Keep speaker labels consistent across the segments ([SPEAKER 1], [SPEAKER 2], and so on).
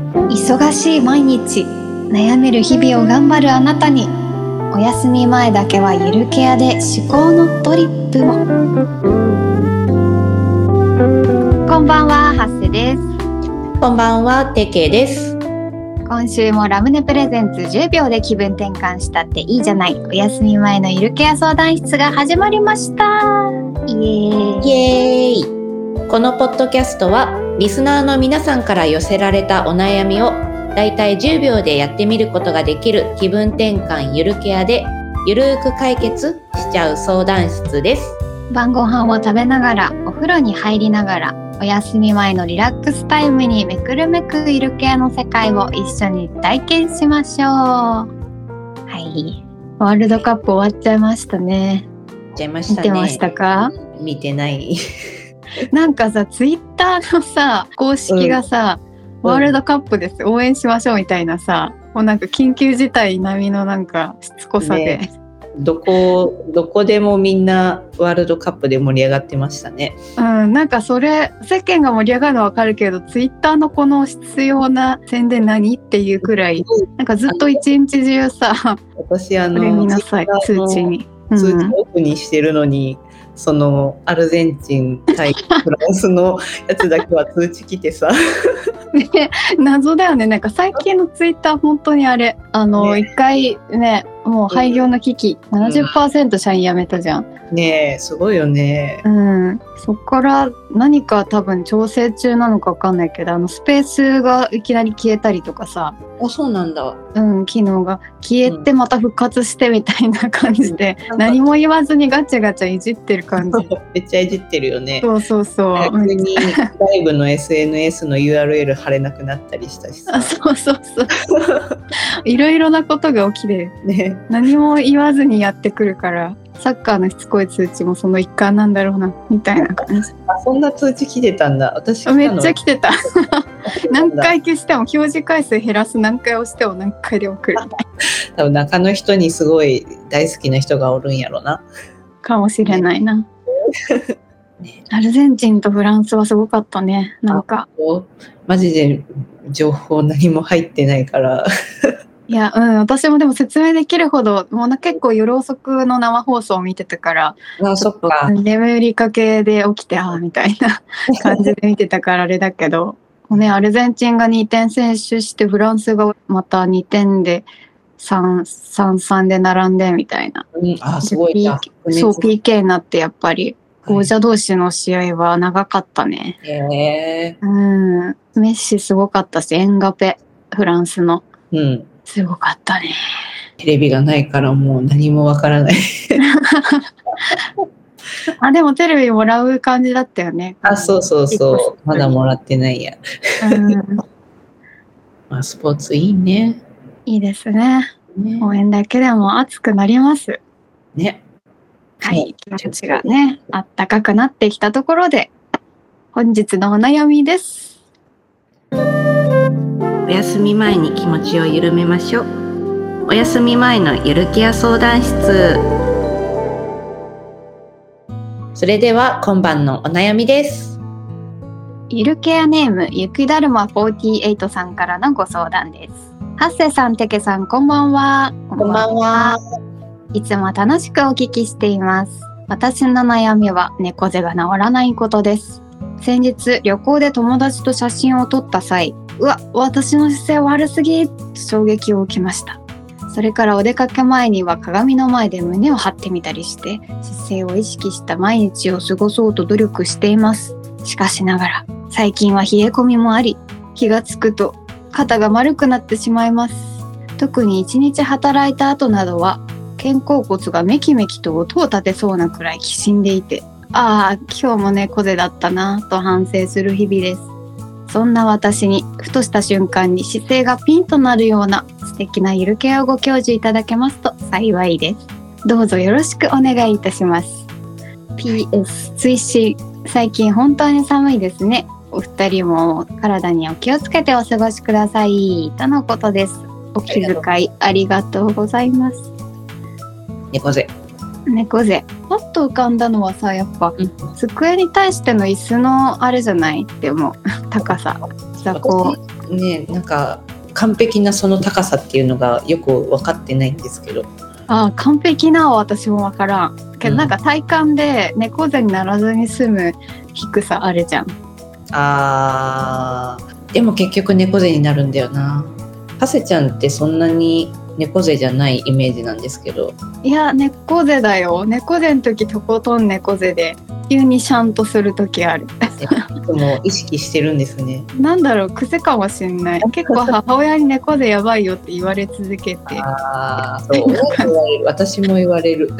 [SPEAKER 1] 忙しい毎日悩める日々を頑張るあなたにお休み前だけはゆるケアで思考のドリップをこんばんははっせです
[SPEAKER 2] こんばんは、てけです。
[SPEAKER 1] 今週もラムネプレゼンツ10秒で気分転換したっていいじゃないお休み前のゆるケア相談室が始まりましたイエーイ
[SPEAKER 2] イエーイこのポッドキャストは、リスナーの皆さんから寄せられたお悩みを、だいたい10秒でやってみることができる気分転換ゆるケアで、ゆるーく解決しちゃう相談室です。
[SPEAKER 1] 晩ご飯を食べながらお風呂に入りながらお休み前のリラックスタイムにめくるめくゆるケアの世界を一緒に体験しましょうはいワールドカップ終わっちゃいましたね
[SPEAKER 2] やっちゃいまし
[SPEAKER 1] 見
[SPEAKER 2] たね。
[SPEAKER 1] てましたか
[SPEAKER 2] 見てない。
[SPEAKER 1] なんかさツイッターのさ公式がさ、
[SPEAKER 2] うん
[SPEAKER 1] ワールドカップです応援しましょうみたいなさもうなんか緊急事態並みのなんかしつこさで、
[SPEAKER 2] どこ、どこでもみんなワールドカップで盛り上がってましたね。
[SPEAKER 1] うん、なんかそれ世間が盛り上がるのはわかるけどツイッターのこの必要な宣伝何っていうくらいなんかずっと一日中さ
[SPEAKER 2] 私、あ
[SPEAKER 1] こ
[SPEAKER 2] の、
[SPEAKER 1] れ見なさい通知に。う
[SPEAKER 2] 通知
[SPEAKER 1] ん
[SPEAKER 2] オフにしてるのに、そのアルゼンチン 対フランスのやつだけは通知来てさ
[SPEAKER 1] ね、 謎だよねなんか最近のツイッター本当にあれあの
[SPEAKER 2] ね
[SPEAKER 1] 一、回ねもう廃業の危機、70%社員辞めたじゃん
[SPEAKER 2] ねえすごいよね
[SPEAKER 1] うん、そこから何か多分調整中なのか分かんないけどあのスペースがいきなり消えたりとかさ、
[SPEAKER 2] あそうなんだ
[SPEAKER 1] うん、機能が消えてまた復活してみたいな感じで、
[SPEAKER 2] うん
[SPEAKER 1] 何も言わずにガチャガチャいじってる感じ
[SPEAKER 2] めっちゃいじってるよね
[SPEAKER 1] そうそうそう、
[SPEAKER 2] 逆にライブの SNS の URL 貼れなくなったりしたし
[SPEAKER 1] あ
[SPEAKER 2] さ
[SPEAKER 1] そうそうそう いろいろなことが起きて
[SPEAKER 2] ね
[SPEAKER 1] 何も言わずにやってくるからサッカーのしつこい通知もその一環なんだろうなみたいな感じ
[SPEAKER 2] あそんな通知来てたんだ私
[SPEAKER 1] めっちゃ来てた
[SPEAKER 2] ゃ
[SPEAKER 1] 何回消しても表示回数減らす何回押しても何回でも来る
[SPEAKER 2] 多分中の人にすごい大好きな人がおるんやろな
[SPEAKER 1] かもしれないな
[SPEAKER 2] ね。
[SPEAKER 1] アルゼンチンとフランスはすごかったね。なんか、
[SPEAKER 2] こうマジで情報何も入ってな いから
[SPEAKER 1] いや、うん、私もでも説明できるほど、もうな結構夜遅くの生放送を見てたから、
[SPEAKER 2] あそっか
[SPEAKER 1] 眠りかけで起きて、ああ、みたいな感じで見てたからあれだけど、もうね、アルゼンチンが2点先取して、フランスがまた2点で、3、3、3で並んで、みたいな。
[SPEAKER 2] うん、あすごいな。
[SPEAKER 1] そう、PK になって、やっぱり、王
[SPEAKER 2] う
[SPEAKER 1] 者同士の試合は長かったね。
[SPEAKER 2] へえ
[SPEAKER 1] うん、メッシすごかったし、エンガペ、フランスの。
[SPEAKER 2] うん。
[SPEAKER 1] すごかったね。
[SPEAKER 2] テレビがないからもう何もわからない。
[SPEAKER 1] あ、でもテレビもらう感じだったよね。
[SPEAKER 2] あ、そうそうそう。まだもらってないや。
[SPEAKER 1] うん、
[SPEAKER 2] まあ、スポーツいいね。
[SPEAKER 1] いいですね。
[SPEAKER 2] ね。
[SPEAKER 1] 応援だけでも熱くなります。
[SPEAKER 2] ね
[SPEAKER 1] は
[SPEAKER 2] はい
[SPEAKER 1] い、気持ちがね、あったかくなってきたところで、本日のお悩みです。
[SPEAKER 2] お休み前に気持ちを緩めましょう。お休み前のゆるケア相談室。それでは今晩のお悩みです。
[SPEAKER 1] ゆるケアネーム、ゆきだるま48さんからのご相談です。はっせさん、てけさん、こんばんは。こ
[SPEAKER 2] こんばんは。
[SPEAKER 1] いつも楽しくお聞きしています。私の悩みは猫背が治らないことです。先日旅行で友達と写真を撮った際、うわ、私の姿勢悪すぎと衝撃を受けました。それからお出かけ前には鏡の前で胸を張ってみたりして姿勢を意識した毎日を過ごそうと努力しています。しかしながら最近は冷え込みもあり気がつくと肩が丸くなってしまいます。特に一日働いた後などは肩甲骨がめきめきと音を立てそうなくらいきしんでいてああ今日も猫背だったなと反省する日々ですそんな私にふとした瞬間に姿勢がピンとなるような素敵なゆるケアをご教授いただけますと幸いですどうぞよろしくお願いいたします PS 追伸最近本当に寒いですねお二人も体にお気をつけてお過ごしくださいとのことですお気遣いありがとうございます
[SPEAKER 2] 猫背。
[SPEAKER 1] 猫背パッと浮かんだのはさやっぱ机に対しての椅 子のあれじゃないって思う高さ座高
[SPEAKER 2] ねなんか完璧なその高さっていうのがよく分かってないんですけど
[SPEAKER 1] あー完璧なは私もわからんけ
[SPEAKER 2] うん
[SPEAKER 1] どなんか体感で猫背にならずに済む低さあるじゃん
[SPEAKER 2] あーでも結局猫背になるんだよなハセちゃんってそんなに猫背じゃないイメージなんですけど
[SPEAKER 1] いや猫背だよ猫背の時とことん猫背で急にシャンとする時ある
[SPEAKER 2] いつも意識してるんですね
[SPEAKER 1] なんだろう癖かもしんない結構母親に猫背やばいよって言われ続けて
[SPEAKER 2] ああそう親に言われる私も言われる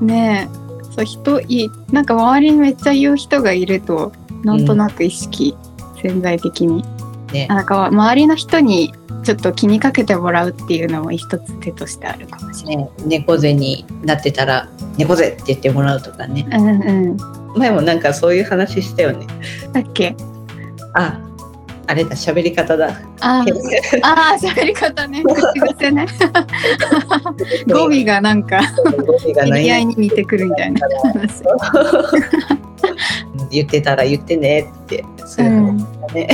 [SPEAKER 1] ねえそう人いなんか周りにめっちゃ言う人がいるとなんとなく意識、潜在的に
[SPEAKER 2] ね
[SPEAKER 1] なんか周りの人にちょっと気にかけてもらうっていうのも一つ手としてあるかもしれ
[SPEAKER 2] ね猫背になってたら猫背って言ってもらうとかね
[SPEAKER 1] ない、うんうん
[SPEAKER 2] 前もなんかそういう話したよね
[SPEAKER 1] だっけ
[SPEAKER 2] ああれだ喋り方だ
[SPEAKER 1] あーあー喋り方ね口癖ね語尾がなんか
[SPEAKER 2] 語尾が
[SPEAKER 1] 知り合い
[SPEAKER 2] 何
[SPEAKER 1] に似てくるみたいな話、
[SPEAKER 2] 言ってたら言ってねってそう
[SPEAKER 1] う
[SPEAKER 2] いうん 話、だね、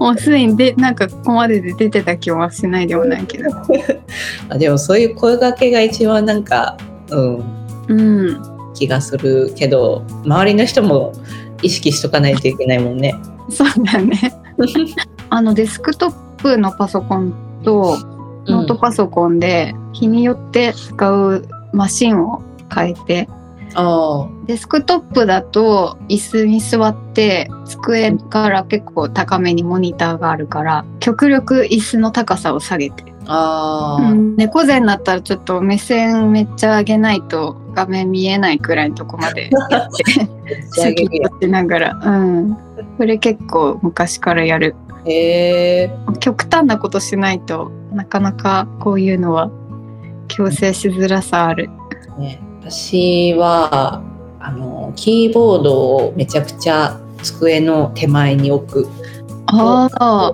[SPEAKER 1] もうすでにでなんかここまでで出てた気はしないでもないけど
[SPEAKER 2] あでもそういう声掛けが一番なんか、うん、
[SPEAKER 1] うん
[SPEAKER 2] 気がするけど周りの人も意識しとかないといけないもんね。
[SPEAKER 1] そうだね。あのデスクトップのパソコンとノート
[SPEAKER 2] うん
[SPEAKER 1] パソコンで日によって使うマシンを変えて、
[SPEAKER 2] あー
[SPEAKER 1] デスクトップだと椅子に座って机から結構高めにモニターがあるから極力椅子の高さを下げて、
[SPEAKER 2] あ
[SPEAKER 1] う
[SPEAKER 2] ー、
[SPEAKER 1] ん猫背になったらちょっと目線めっちゃ上げないと画面見えないくらいのとこまでやって
[SPEAKER 2] 打ち上
[SPEAKER 1] 先
[SPEAKER 2] げ
[SPEAKER 1] に
[SPEAKER 2] るや
[SPEAKER 1] やってながら、うん、それ結構昔からやる
[SPEAKER 2] んへー
[SPEAKER 1] 極端なことしないとなかなかこういうのは強制しづらさある。
[SPEAKER 2] ね、私はあのキーボードをめちゃくちゃ机の手前に置く
[SPEAKER 1] ああ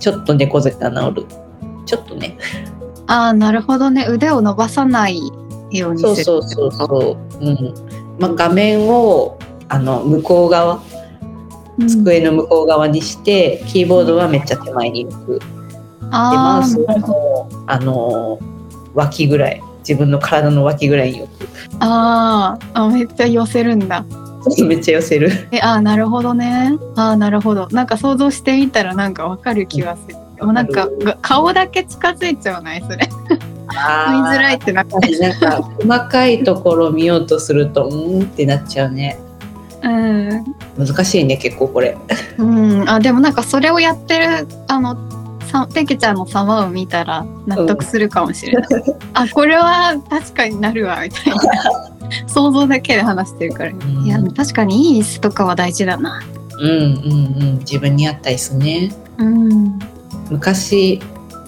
[SPEAKER 2] ちょっと猫背が治るちょっとね
[SPEAKER 1] ああなるほどね腕を伸ばさないようにする
[SPEAKER 2] そうそうそうそう、うんまあ、画面をあの向こう側
[SPEAKER 1] うん
[SPEAKER 2] 机の向こう側にして、キーボードはめっちゃ手前に置くで
[SPEAKER 1] あ
[SPEAKER 2] マウス
[SPEAKER 1] ーなるほど
[SPEAKER 2] もあの脇ぐらい自分の体の脇ぐらいに置く
[SPEAKER 1] あーあめっちゃ寄せるんだ
[SPEAKER 2] めっちゃ寄せる
[SPEAKER 1] えああなるほどねああなるほどなんか想像してみたらなんかわかる気がする、でもなんかが顔だけ近づいちゃわないそれ見づらいってなっ
[SPEAKER 2] やっぱりなんか細かいところを見ようとするとうーんってなっちゃうね
[SPEAKER 1] うん
[SPEAKER 2] 難しいね結構これ
[SPEAKER 1] うん、あでもなんかそれをやってるあのさペケちゃんの様を見たら納得するかもしれない、 あこれは確かになるわみたいな想像だけで話してるから、
[SPEAKER 2] ん
[SPEAKER 1] いや確かにいい椅子とかは大事だな
[SPEAKER 2] うんうんうん自分に合った椅子ね
[SPEAKER 1] うん
[SPEAKER 2] 昔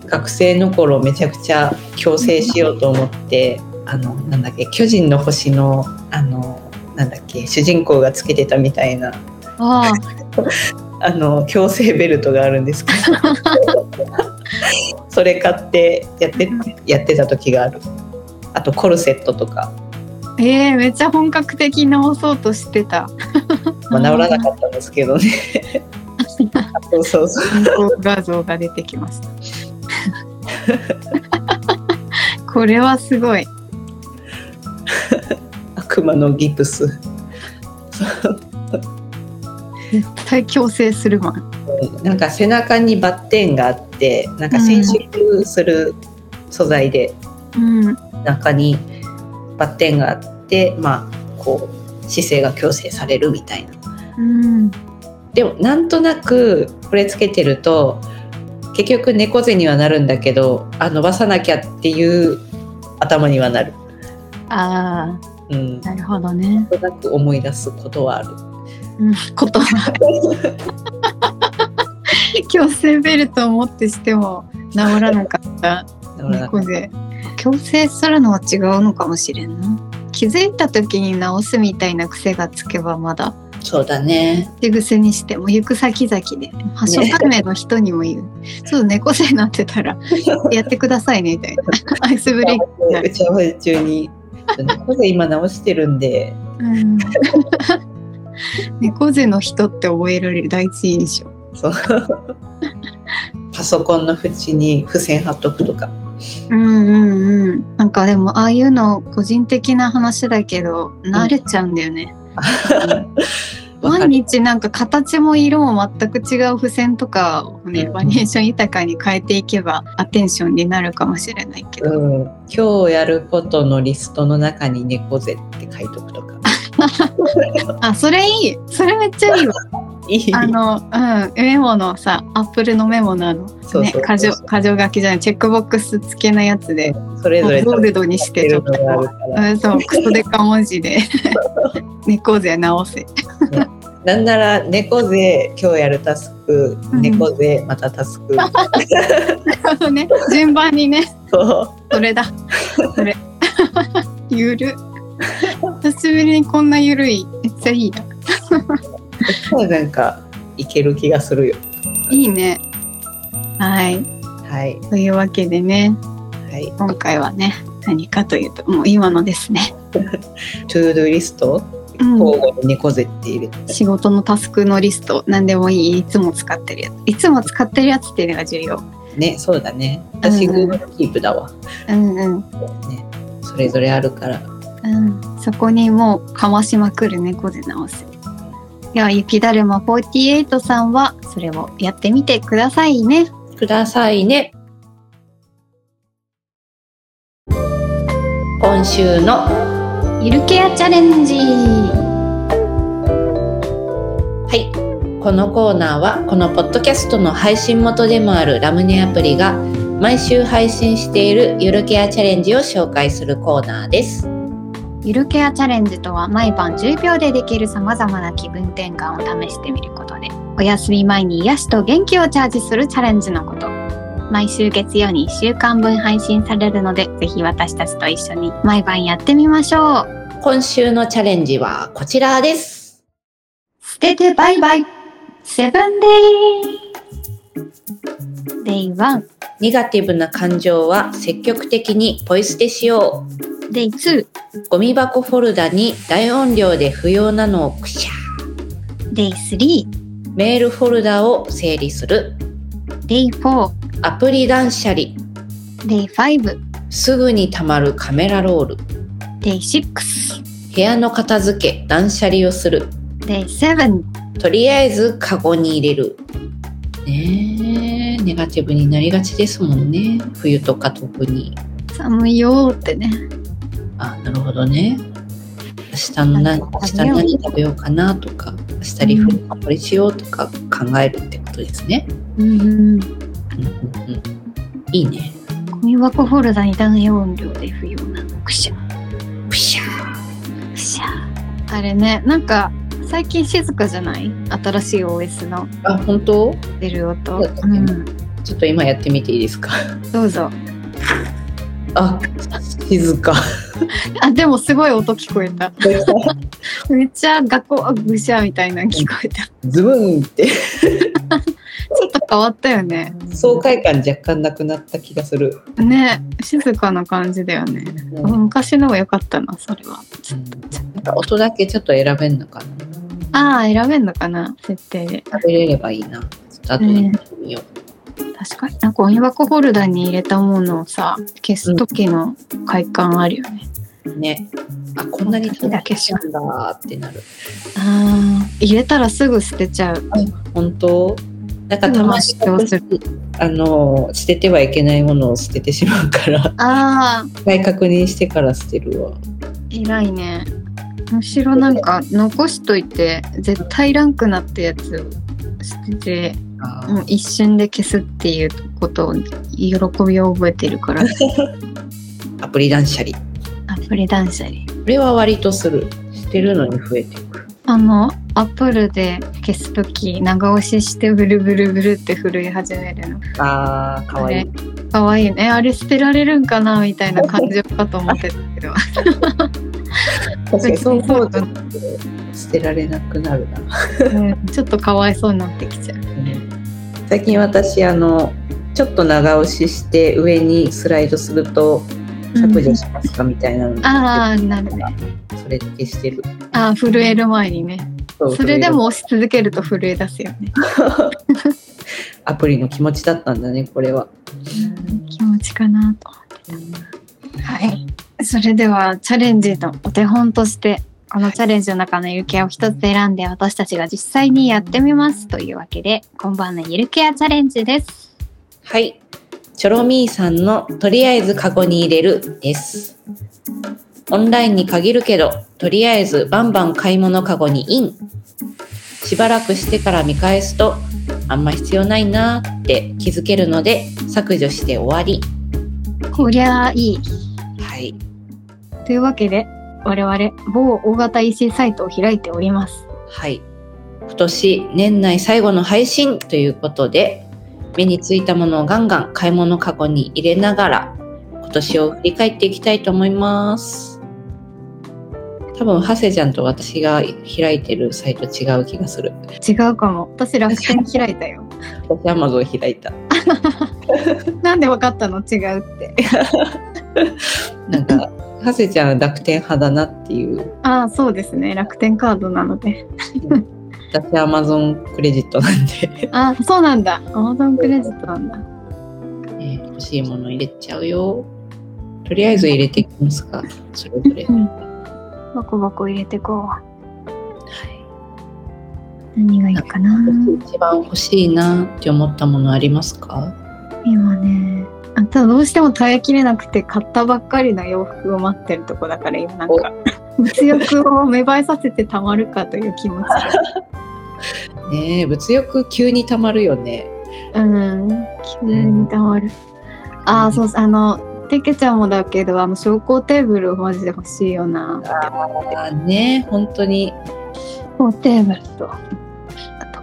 [SPEAKER 2] 学生の頃めちゃくちゃ矯正しようと思ってあのなんだっけ巨人の星のあのなんだっけ主人公がつけてたみたいな
[SPEAKER 1] あ
[SPEAKER 2] あの矯正ベルトがあるんですけどそれ買ってやってやってた時があるあとコルセットとか、
[SPEAKER 1] あえー、めっちゃ本格的に直そうとしてた
[SPEAKER 2] まあ、治らなかったんですけどねそうそうそう
[SPEAKER 1] 人工画像が出てきましたこれはすごい
[SPEAKER 2] 悪魔のギプス、
[SPEAKER 1] 絶対矯正するわ
[SPEAKER 2] うんなんか背中にバッテンがあってなんか伸縮する素材で
[SPEAKER 1] うん
[SPEAKER 2] 中にバッテンがあってまあこう姿勢が矯正されるみたいな
[SPEAKER 1] うん
[SPEAKER 2] でもなんとなくこれつけてると結局猫背にはなるんだけどあ伸ばさなきゃっていう頭にはなる、
[SPEAKER 1] あ
[SPEAKER 2] うん、
[SPEAKER 1] あなるほどね
[SPEAKER 2] なんとなく思い出すことはある
[SPEAKER 1] うんことは 強制ベルトを持ってしても治らなかった
[SPEAKER 2] だからなんか
[SPEAKER 1] 猫で強制するのは違うのかもしれんな気づいた時に治すみたいな癖がつけばまだ
[SPEAKER 2] そうだね
[SPEAKER 1] 口癖にしても行く先々で発症対面の人にも言う、ちょっと猫背になってたらやってくださいねみたいなアイス ブレイク、
[SPEAKER 2] 打ち合わせ中に「猫背今直してるんで
[SPEAKER 1] うん 猫背の人って覚えられる第一印象
[SPEAKER 2] そうパソコンの縁に付箋貼っとくとか
[SPEAKER 1] うんうんうん。なんかでも、ああいうの個人的な話だけど、慣れちゃうんだよね。
[SPEAKER 2] わか
[SPEAKER 1] 毎
[SPEAKER 2] る
[SPEAKER 1] 日なんか形も色も全く違う付箋とかをね、
[SPEAKER 2] うん
[SPEAKER 1] バリエーション豊かに変えていけばアテンションになるかもしれないけど、
[SPEAKER 2] うん、今日やることのリストの中に猫背って書いとくとか
[SPEAKER 1] あそれいいそれめっち ゃいいわ
[SPEAKER 2] いい
[SPEAKER 1] あの、うん、メモのさアップルのメモのあの
[SPEAKER 2] そうそう
[SPEAKER 1] ね
[SPEAKER 2] そう
[SPEAKER 1] 箇条箇条書きじゃないチェックボックス付けのやつで
[SPEAKER 2] それぞれ
[SPEAKER 1] ゴールドにしてちょっと
[SPEAKER 2] やってるの
[SPEAKER 1] こ
[SPEAKER 2] がある
[SPEAKER 1] う、
[SPEAKER 2] か
[SPEAKER 1] うん、そうクソデカ文字 で猫背直せ
[SPEAKER 2] らなんなら猫背今日やるタスク
[SPEAKER 1] うん
[SPEAKER 2] 猫背またタス ク
[SPEAKER 1] ね順番にね
[SPEAKER 2] そう
[SPEAKER 1] それだ。それ。 ゆる。久しぶりにこんなゆるい。めっちゃいいな。
[SPEAKER 2] なんかいける気がするよ
[SPEAKER 1] いいね。はい。
[SPEAKER 2] はい
[SPEAKER 1] というわけでね、
[SPEAKER 2] はい
[SPEAKER 1] 今回はね、何かというと、もう今のですね。
[SPEAKER 2] トゥードゥリスト
[SPEAKER 1] うん
[SPEAKER 2] 交互に猫背って入れて
[SPEAKER 1] 仕事のタスクのリスト、何でもいい、いつも使ってるやつ。いつも使ってるやつっていうのが重要。
[SPEAKER 2] ねそうだね私
[SPEAKER 1] うん
[SPEAKER 2] Google キープだわ、
[SPEAKER 1] うんうん。
[SPEAKER 2] ね、それぞれあるから
[SPEAKER 1] うん、そこにもうかましまくる猫で直す。では、雪だるま48さんは、それをやってみてくださいね。
[SPEAKER 2] くださいね今週のは
[SPEAKER 1] ゆるケアチャレンジ。
[SPEAKER 2] いこのコーナーはこのポッドキャストの配信元でもあるラムネアプリが毎週配信しているゆるケアチャレンジを紹介するコーナーです
[SPEAKER 1] ゆるケアチャレンジとは毎晩10秒でできるさまざまな気分転換を試してみることでお休み前に癒しと元気をチャージするチャレンジのこと毎週月曜に1週間分配信されるのでぜひ私たちと一緒に毎晩やってみましょう
[SPEAKER 2] 今週のチャレンジはこちらです
[SPEAKER 1] 捨ててバイバイセブンデイデイワン
[SPEAKER 2] ネガティブな感情は積極的にポイ捨てしよう
[SPEAKER 1] デイツ
[SPEAKER 2] ゴミ箱フォルダに大音量で不要なのをクシャ
[SPEAKER 1] ーデイスリ
[SPEAKER 2] メールフォルダを整理する
[SPEAKER 1] ーデイフォ
[SPEAKER 2] アプリ断捨離
[SPEAKER 1] ーデイファイブ
[SPEAKER 2] すぐにたまるカメラロール
[SPEAKER 1] デイシックス
[SPEAKER 2] 部屋の片付け断捨離をする
[SPEAKER 1] デイセブン
[SPEAKER 2] とりあえずカゴに入れるねえネガティブになりがちですもんね冬とか特に
[SPEAKER 1] 寒いよーってね
[SPEAKER 2] あなるほどね明日の何明日何食べようかなとか明日リフレッシュこれしようとか考えるってことですね、
[SPEAKER 1] うんうん、
[SPEAKER 2] うんうんうん、いいね
[SPEAKER 1] ゴミ箱フォルダに大音量で不要なのくしゃ
[SPEAKER 2] プシャー
[SPEAKER 1] くしゃあれねなんか最近静かじゃない新しい OS の
[SPEAKER 2] あ本当
[SPEAKER 1] 出る音、
[SPEAKER 2] そうだ
[SPEAKER 1] う
[SPEAKER 2] ね
[SPEAKER 1] ん、
[SPEAKER 2] ちょっと今やってみていいですか
[SPEAKER 1] どうぞ
[SPEAKER 2] あ静か
[SPEAKER 1] あでもすごい音聞こえためっちゃ学校ぐしゃみたいなの聞こえた ち
[SPEAKER 2] ズブンって
[SPEAKER 1] ょっと変わったよね
[SPEAKER 2] 爽快感若干なくなった気がする、
[SPEAKER 1] ね静かな感じだよね
[SPEAKER 2] うん
[SPEAKER 1] 昔のが良かったなそれは
[SPEAKER 2] なんか音だけちょっと選べんのかな
[SPEAKER 1] ああ選べんのかな設定で
[SPEAKER 2] 食べれればいいなちょっと後で見てみよ
[SPEAKER 1] 確かになんかゴミ箱フォルダに入れたものをさ消す時の快感あるよね、
[SPEAKER 2] う、ねあこんなに食べ
[SPEAKER 1] 時々しよ
[SPEAKER 2] んだってなる
[SPEAKER 1] あー入れたらすぐ捨てちゃう。
[SPEAKER 2] 本当なんかたまに
[SPEAKER 1] うん主張する
[SPEAKER 2] あの捨ててはいけないものを捨ててしまうから
[SPEAKER 1] ああ、
[SPEAKER 2] 一回確認してから捨てるわ
[SPEAKER 1] 偉いね。むしろなんか残しといて絶対いらんくなったやつを捨てて
[SPEAKER 2] あー
[SPEAKER 1] もう一瞬で消すっていうことを喜びを覚えてるから
[SPEAKER 2] アプリ断捨離
[SPEAKER 1] アプリ断捨離
[SPEAKER 2] これは割とする捨てるのに増えていく
[SPEAKER 1] あのアップルで消す時長押ししてブルブルブルって震え始めるの
[SPEAKER 2] あーかわいい
[SPEAKER 1] かわいいねあれ捨てられるんかなみたいな感情かと思ってたけど
[SPEAKER 2] 確かにそう思うと
[SPEAKER 1] う
[SPEAKER 2] 捨てられなくなるな、
[SPEAKER 1] んちょっとかわいそうになってきちゃう
[SPEAKER 2] 最近私あのちょっと長押しして上にスライドすると削除しますかみたいなの、
[SPEAKER 1] ああなるね
[SPEAKER 2] それだけしてる
[SPEAKER 1] ああ震える前にね
[SPEAKER 2] う
[SPEAKER 1] それでも押し続けると震え出すよね
[SPEAKER 2] アプリの気持ちだったんだねこれは。
[SPEAKER 1] 気持ちかなと。はい。それではチャレンジのお手本として、このチャレンジの中のゆるケアを一つ選んで私たちが実際にやってみますというわけで、今晩のゆるケアチャレンジです。
[SPEAKER 2] はい。チョロミーさんのとりあえずカゴに入れるです。オンラインに限るけど、とりあえずバンバン買い物カゴにイン。しばらくしてから見返すと、あんま必要ないなーって気づけるので、削除して終わり。
[SPEAKER 1] こりゃあいい。
[SPEAKER 2] はい。
[SPEAKER 1] というわけで、我々、某大型 EC サイトを開いております。
[SPEAKER 2] はい。今年年内最後の配信ということで、目についたものをガンガン買い物カゴに入れながら、今年を振り返っていきたいと思います。多分、ハセちゃんと私が開いてるサイト違う気がする。
[SPEAKER 1] 違うかも。私楽天開いたよ。
[SPEAKER 2] 私、アマゾン開いた。
[SPEAKER 1] なんでわかったの違うって。
[SPEAKER 2] なんか、ハセちゃんは楽天派だなっていう。
[SPEAKER 1] ああ、そうですね。楽天カードなので。
[SPEAKER 2] 私、アマゾンクレジットなんで、
[SPEAKER 1] ああ、そうなんだ。Amazon クレジットなんだ。
[SPEAKER 2] ね欲しいもの入れちゃうよ。とりあえず入れていきますか、それぞれ。
[SPEAKER 1] うん。バコバコ入れてこう。
[SPEAKER 2] はい
[SPEAKER 1] 何がいいかな。
[SPEAKER 2] 一番欲しいなって思ったものありますか
[SPEAKER 1] 今ね。あただどうしても耐えきれなくて買ったばっかりの洋服を待ってるとこだから今なんか物欲を芽生えさせてたまるかという気持ちが
[SPEAKER 2] ねえ物欲急にたまるよね
[SPEAKER 1] うん急にたまるああそうそうあのてけちゃんもだけどあの昇降テーブルマジで欲しいよな
[SPEAKER 2] あねえ本当に
[SPEAKER 1] 昇降テーブルと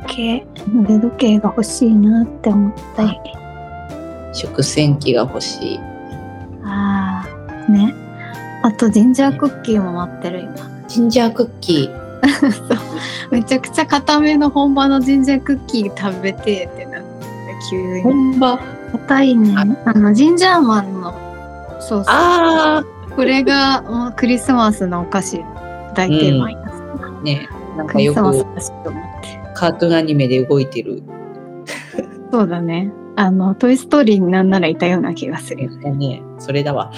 [SPEAKER 1] 時計腕時計が欲しいなって思ったり
[SPEAKER 2] 食洗機が欲しい
[SPEAKER 1] ああねあとジンジャークッキーも待ってる今
[SPEAKER 2] ジンジャークッキー
[SPEAKER 1] めちゃくちゃ固めの本場のジンジャークッキー食べてってなって急に
[SPEAKER 2] 本場
[SPEAKER 1] 硬いね
[SPEAKER 2] あ
[SPEAKER 1] あのジンジャーマンのそうそう
[SPEAKER 2] あ
[SPEAKER 1] これがもうクリスマスのお菓子大定番やつ、
[SPEAKER 2] あねえなん
[SPEAKER 1] ク
[SPEAKER 2] か
[SPEAKER 1] リ
[SPEAKER 2] よ
[SPEAKER 1] スマス
[SPEAKER 2] く
[SPEAKER 1] だしと思って
[SPEAKER 2] カートゥーンアニメで動いてる
[SPEAKER 1] そうだねあの「トイ・ストーリー」になんならいたような気がするよ、
[SPEAKER 2] ねえそれだわ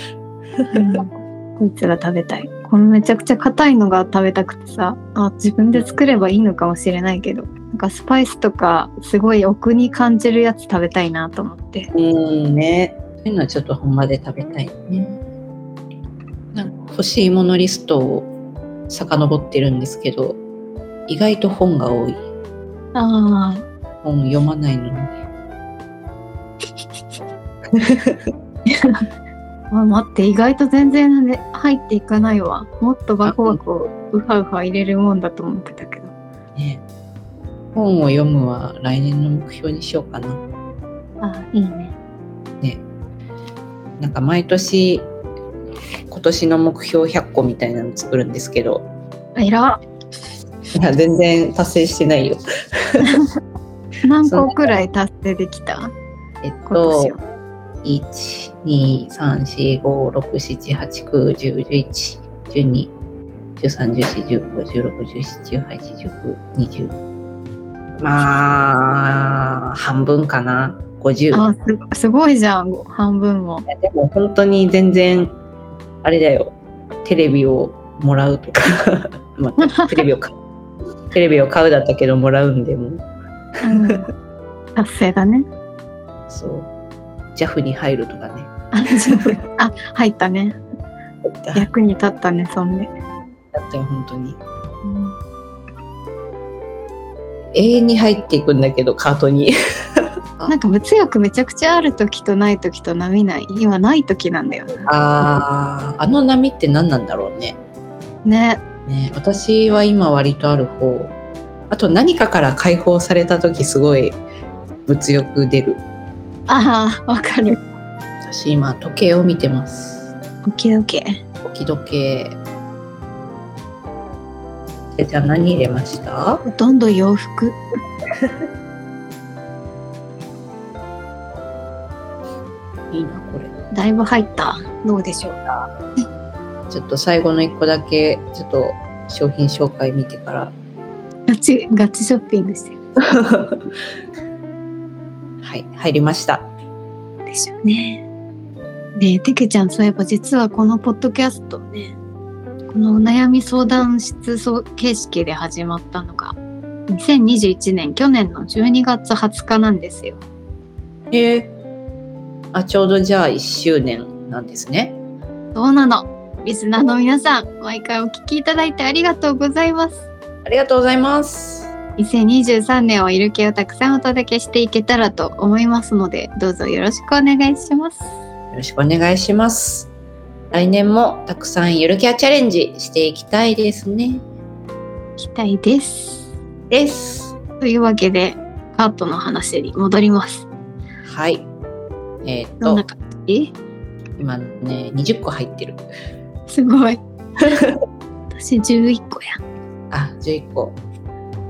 [SPEAKER 1] こいつら食べたいこのめちゃくちゃ硬いのが食べたくてさあ自分で作ればいいのかもしれないけどなんかスパイスとかすごい奥に感じるやつ食べたいなと思って
[SPEAKER 2] うんねそういうのはちょっと本場で食べたいねなんか欲しいものリストを遡ってるんですけど意外と本が多い
[SPEAKER 1] あ
[SPEAKER 2] 本読まないのに
[SPEAKER 1] あ待って意外と全然ね入っていかないわもっとバコバコウハウハ入れるもんだと思ってたけど
[SPEAKER 2] ね、本を読むは来年の目標にしようかな。
[SPEAKER 1] あいいね
[SPEAKER 2] なんか毎年今年の目標100個みたいなの作るんですけど、
[SPEAKER 1] えら
[SPEAKER 2] いや全然達成してないよ。
[SPEAKER 1] 何個くらい達成できた
[SPEAKER 2] えっ
[SPEAKER 1] 今
[SPEAKER 2] と
[SPEAKER 1] 年は、
[SPEAKER 2] 1、2、3、4、5、6、7、8、9、10、11、12、13、14、15、16、17、18、19、20。まあ、半分かな。50。
[SPEAKER 1] あすすごいじゃん半分も
[SPEAKER 2] いやでも本当に全然あれだよテレビをもらうと か、まあ、テレビを買うテレビを買うだったけどもらうんでも う
[SPEAKER 1] うん達成だね。
[SPEAKER 2] そう JAF に入るとかね
[SPEAKER 1] あ十分あ、入った ね。
[SPEAKER 2] だっ
[SPEAKER 1] 役に立ったね、そんで。
[SPEAKER 2] たよ本当に永遠に入っていくんだけどカートに
[SPEAKER 1] なんか物欲めちゃくちゃある時とない時と波ない。今ない時なんだよね。
[SPEAKER 2] あーあの波って何なんだろうね
[SPEAKER 1] ね。
[SPEAKER 2] ね私は今割とある方あと何かから解放された時すごい物欲出る
[SPEAKER 1] ああ、わかる。
[SPEAKER 2] 私今時計を見てます
[SPEAKER 1] オッケーオッケー。
[SPEAKER 2] 時々えじゃあ何入れました
[SPEAKER 1] ほとんど洋服。
[SPEAKER 2] いいなこれ
[SPEAKER 1] だいぶ入った。どうでしょうか。
[SPEAKER 2] ちょっと最後の一個だけちょっと商品紹介見てから
[SPEAKER 1] ガチ、ガチショッピングしてる。
[SPEAKER 2] ははい、入りました。
[SPEAKER 1] でしょうね。で、てけちゃん、そういえば実はこのポッドキャストね、このお悩み相談室そう形式で始まったのが、2021年、去年の12月20日なんですよ。
[SPEAKER 2] へえ。あ、ちょうどじゃあ1周年なんですね。
[SPEAKER 1] そうなの。リスナーの皆さん、毎回お聞きいただいてありがとうございます。
[SPEAKER 2] ありがとうございます。
[SPEAKER 1] 2023年をいる系をたくさんお届けしていけたらと思いますので、どうぞよろしくお願いします。
[SPEAKER 2] よろしくお願いします。来年もたくさんゆるキャチャレンジしていきたいですね。
[SPEAKER 1] 期待です。
[SPEAKER 2] です。
[SPEAKER 1] というわけで、カートの話に戻ります。
[SPEAKER 2] はい。えーっ
[SPEAKER 1] どん
[SPEAKER 2] と
[SPEAKER 1] な、感じ
[SPEAKER 2] 今ね、20個入ってる。
[SPEAKER 1] すご い。私11個や。
[SPEAKER 2] あ、11個。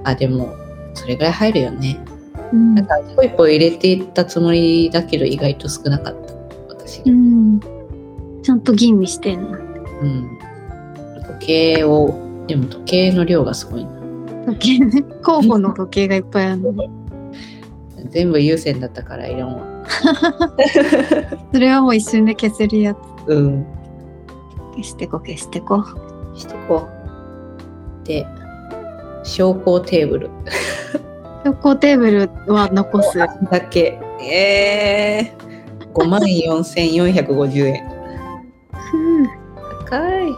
[SPEAKER 2] あ、でも、それぐらい入るよね。
[SPEAKER 1] うん
[SPEAKER 2] なんか、一歩一歩入れていったつもりだけど、意外と少なかった。私が。
[SPEAKER 1] ちゃんと吟味してんの。
[SPEAKER 2] うん。時計を、でも時計の量がすごいな。
[SPEAKER 1] 時計ね。候補の時計がいっぱいあるのね。
[SPEAKER 2] 全部優先だったからいらんわ。
[SPEAKER 1] それはもう一瞬で消せるやつ。
[SPEAKER 2] うん。
[SPEAKER 1] 消してこ消してこ。
[SPEAKER 2] してこう。で、昇降テーブル
[SPEAKER 1] 標高テーブルは残す。
[SPEAKER 2] だけ。えー、54,450円。
[SPEAKER 1] ふう
[SPEAKER 2] 高い。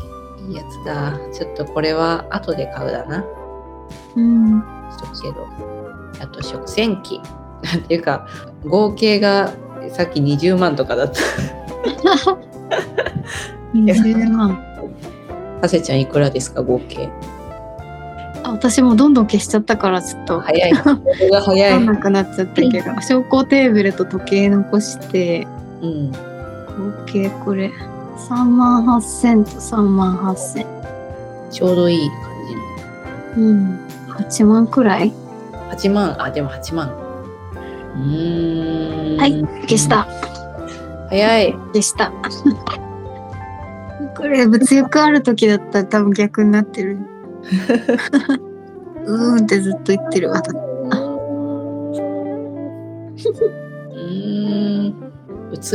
[SPEAKER 2] いいやつだ。ちょっとこれは後で買うだな。
[SPEAKER 1] うん。
[SPEAKER 2] しとくけど。あと食洗機。なんていうか、合計がさっき20万とかだった。
[SPEAKER 1] 20万。
[SPEAKER 2] ハセちゃんいくらですか、合計。
[SPEAKER 1] あ、私もどんどん消しちゃったからちょっと。
[SPEAKER 2] 早い。ここが早い。
[SPEAKER 1] わかん
[SPEAKER 2] う
[SPEAKER 1] なくなっちゃったけど、昇降テーブルと時計残して、合
[SPEAKER 2] ん。
[SPEAKER 1] 計これ、3万8000と3万8000。
[SPEAKER 2] ちょうどいい感じの。
[SPEAKER 1] うん、8万くらい
[SPEAKER 2] 8万あでも8万うーん
[SPEAKER 1] はい消した
[SPEAKER 2] 早い
[SPEAKER 1] でした。 これ物欲ある時だったら多分逆になってる。うーんってずっと言ってる わ。
[SPEAKER 2] うーん映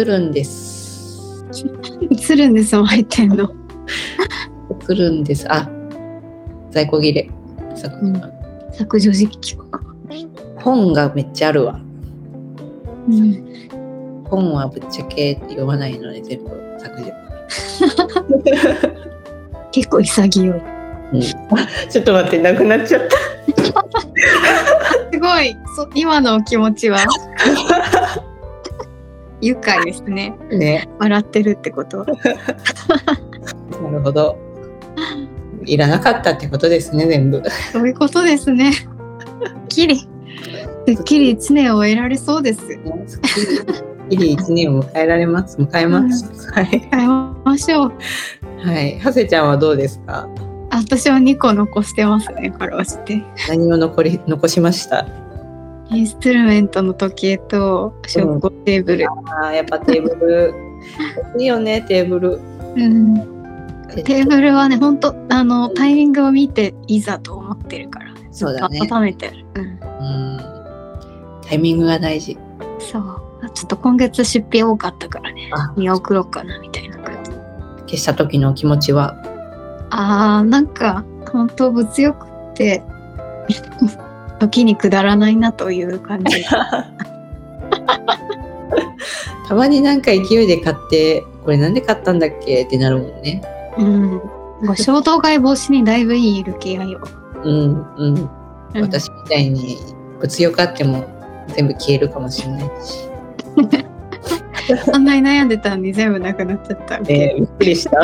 [SPEAKER 2] るんです
[SPEAKER 1] 映るんですも入ってんの。
[SPEAKER 2] 映るんですあ在庫切れ在庫切れ
[SPEAKER 1] 削除時期とか。
[SPEAKER 2] 本がめっちゃあるわ
[SPEAKER 1] うん。
[SPEAKER 2] 本はぶっちゃけ読まないので全部削除
[SPEAKER 1] 結構潔い。
[SPEAKER 2] ちょっと待ってなくなっちゃった
[SPEAKER 1] すごい。そ今のお気持ちは 愉快ですね。
[SPEAKER 2] ね
[SPEAKER 1] 笑ってるってことは。
[SPEAKER 2] なるほどいらなかったってことですね全部
[SPEAKER 1] そういうことですね。きり。すっきり一年を終えられそうです。
[SPEAKER 2] すっきり、きり一年を迎えられます。迎えます。はい。
[SPEAKER 1] 変えましょう。
[SPEAKER 2] はい。はせちゃんはどうですか。
[SPEAKER 1] あ私は2個残してますね、かろうじて。
[SPEAKER 2] 何を残り、残しました。
[SPEAKER 1] インストゥルメントの時計と、食後テーブル。
[SPEAKER 2] ああ、やっぱテーブル。いいよね、テーブ
[SPEAKER 1] う
[SPEAKER 2] ル。
[SPEAKER 1] んテーブルはね、ほんと、あの、タイミングを見て、いざと思ってるから。
[SPEAKER 2] そうだね
[SPEAKER 1] 温めてる。うん。
[SPEAKER 2] うん。タイミングが大事。
[SPEAKER 1] そう。あちょっと今月出費多かったからね
[SPEAKER 2] あ。
[SPEAKER 1] 見送ろうかな、みたいな感じ。
[SPEAKER 2] 消した時の気持ちは。
[SPEAKER 1] あー、なんか、ほんと、物欲って、 時にくだらないなという感 じ。
[SPEAKER 2] たまになんか勢いで買って、これなんで買ったんだっけってなるもんね。
[SPEAKER 1] うん。こう衝動買い防止にだいぶいいルケアよ。
[SPEAKER 2] うん、うん。
[SPEAKER 1] うん
[SPEAKER 2] 私みたいに物欲あっても全部消えるかもしれないし。
[SPEAKER 1] そんなに悩んでたのに全部なくなっちゃった。
[SPEAKER 2] えー、びっくりした。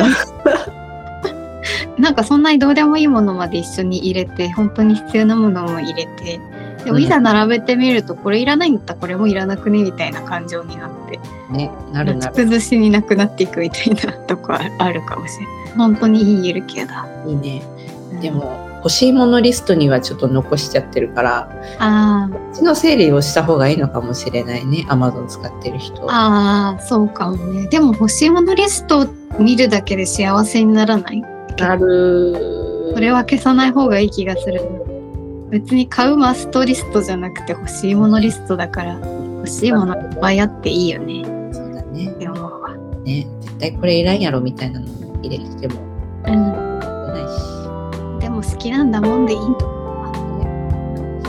[SPEAKER 1] なんかそんなにどうでもいいものまで一緒に入れて本当に必要なものも入れてでも
[SPEAKER 2] うん
[SPEAKER 1] いざ並べてみるとこれいらないんだったらこれもいらなくねみたいな感情になって
[SPEAKER 2] ね、なるな
[SPEAKER 1] な
[SPEAKER 2] る。
[SPEAKER 1] 崩しになくなっていくみたいなとこああるかもしれない本当にいいゆる系だ
[SPEAKER 2] いいね。でも、欲しいものリストにはちょっと残しちゃってるから、
[SPEAKER 1] あー
[SPEAKER 2] うちの整理をした方がいいのかもしれないね。Amazon 使ってる人。
[SPEAKER 1] あーそうかもねでも欲しいものリストを見るだけで幸せにならない
[SPEAKER 2] なる。
[SPEAKER 1] それは消さない方がいい気がする別に買うマストリストじゃなくて欲しいものリストだから欲しいものいっぱいあっていいよね
[SPEAKER 3] そうだね
[SPEAKER 1] って思うわ。
[SPEAKER 3] ね絶対これいらんやろみたいなの入れても
[SPEAKER 1] うん。
[SPEAKER 3] ないし
[SPEAKER 1] でも好きなんだもんでいいと。
[SPEAKER 3] それね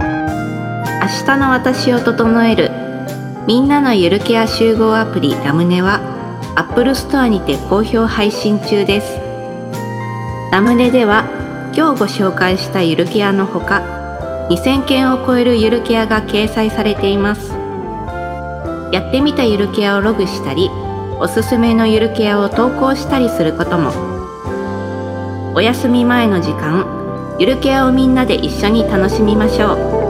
[SPEAKER 3] 明日の私を整えるみんなのゆるケア集合アプリラムネは Apple Store にて好評配信中ですラムネでは今日ご紹介したゆるケアのほか2000件を超えるゆるケアが掲載されていますやってみたゆるケアをログしたりおすすめのゆるケアを投稿したりすることもお休み前の時間ゆるケアをみんなで一緒に楽しみましょう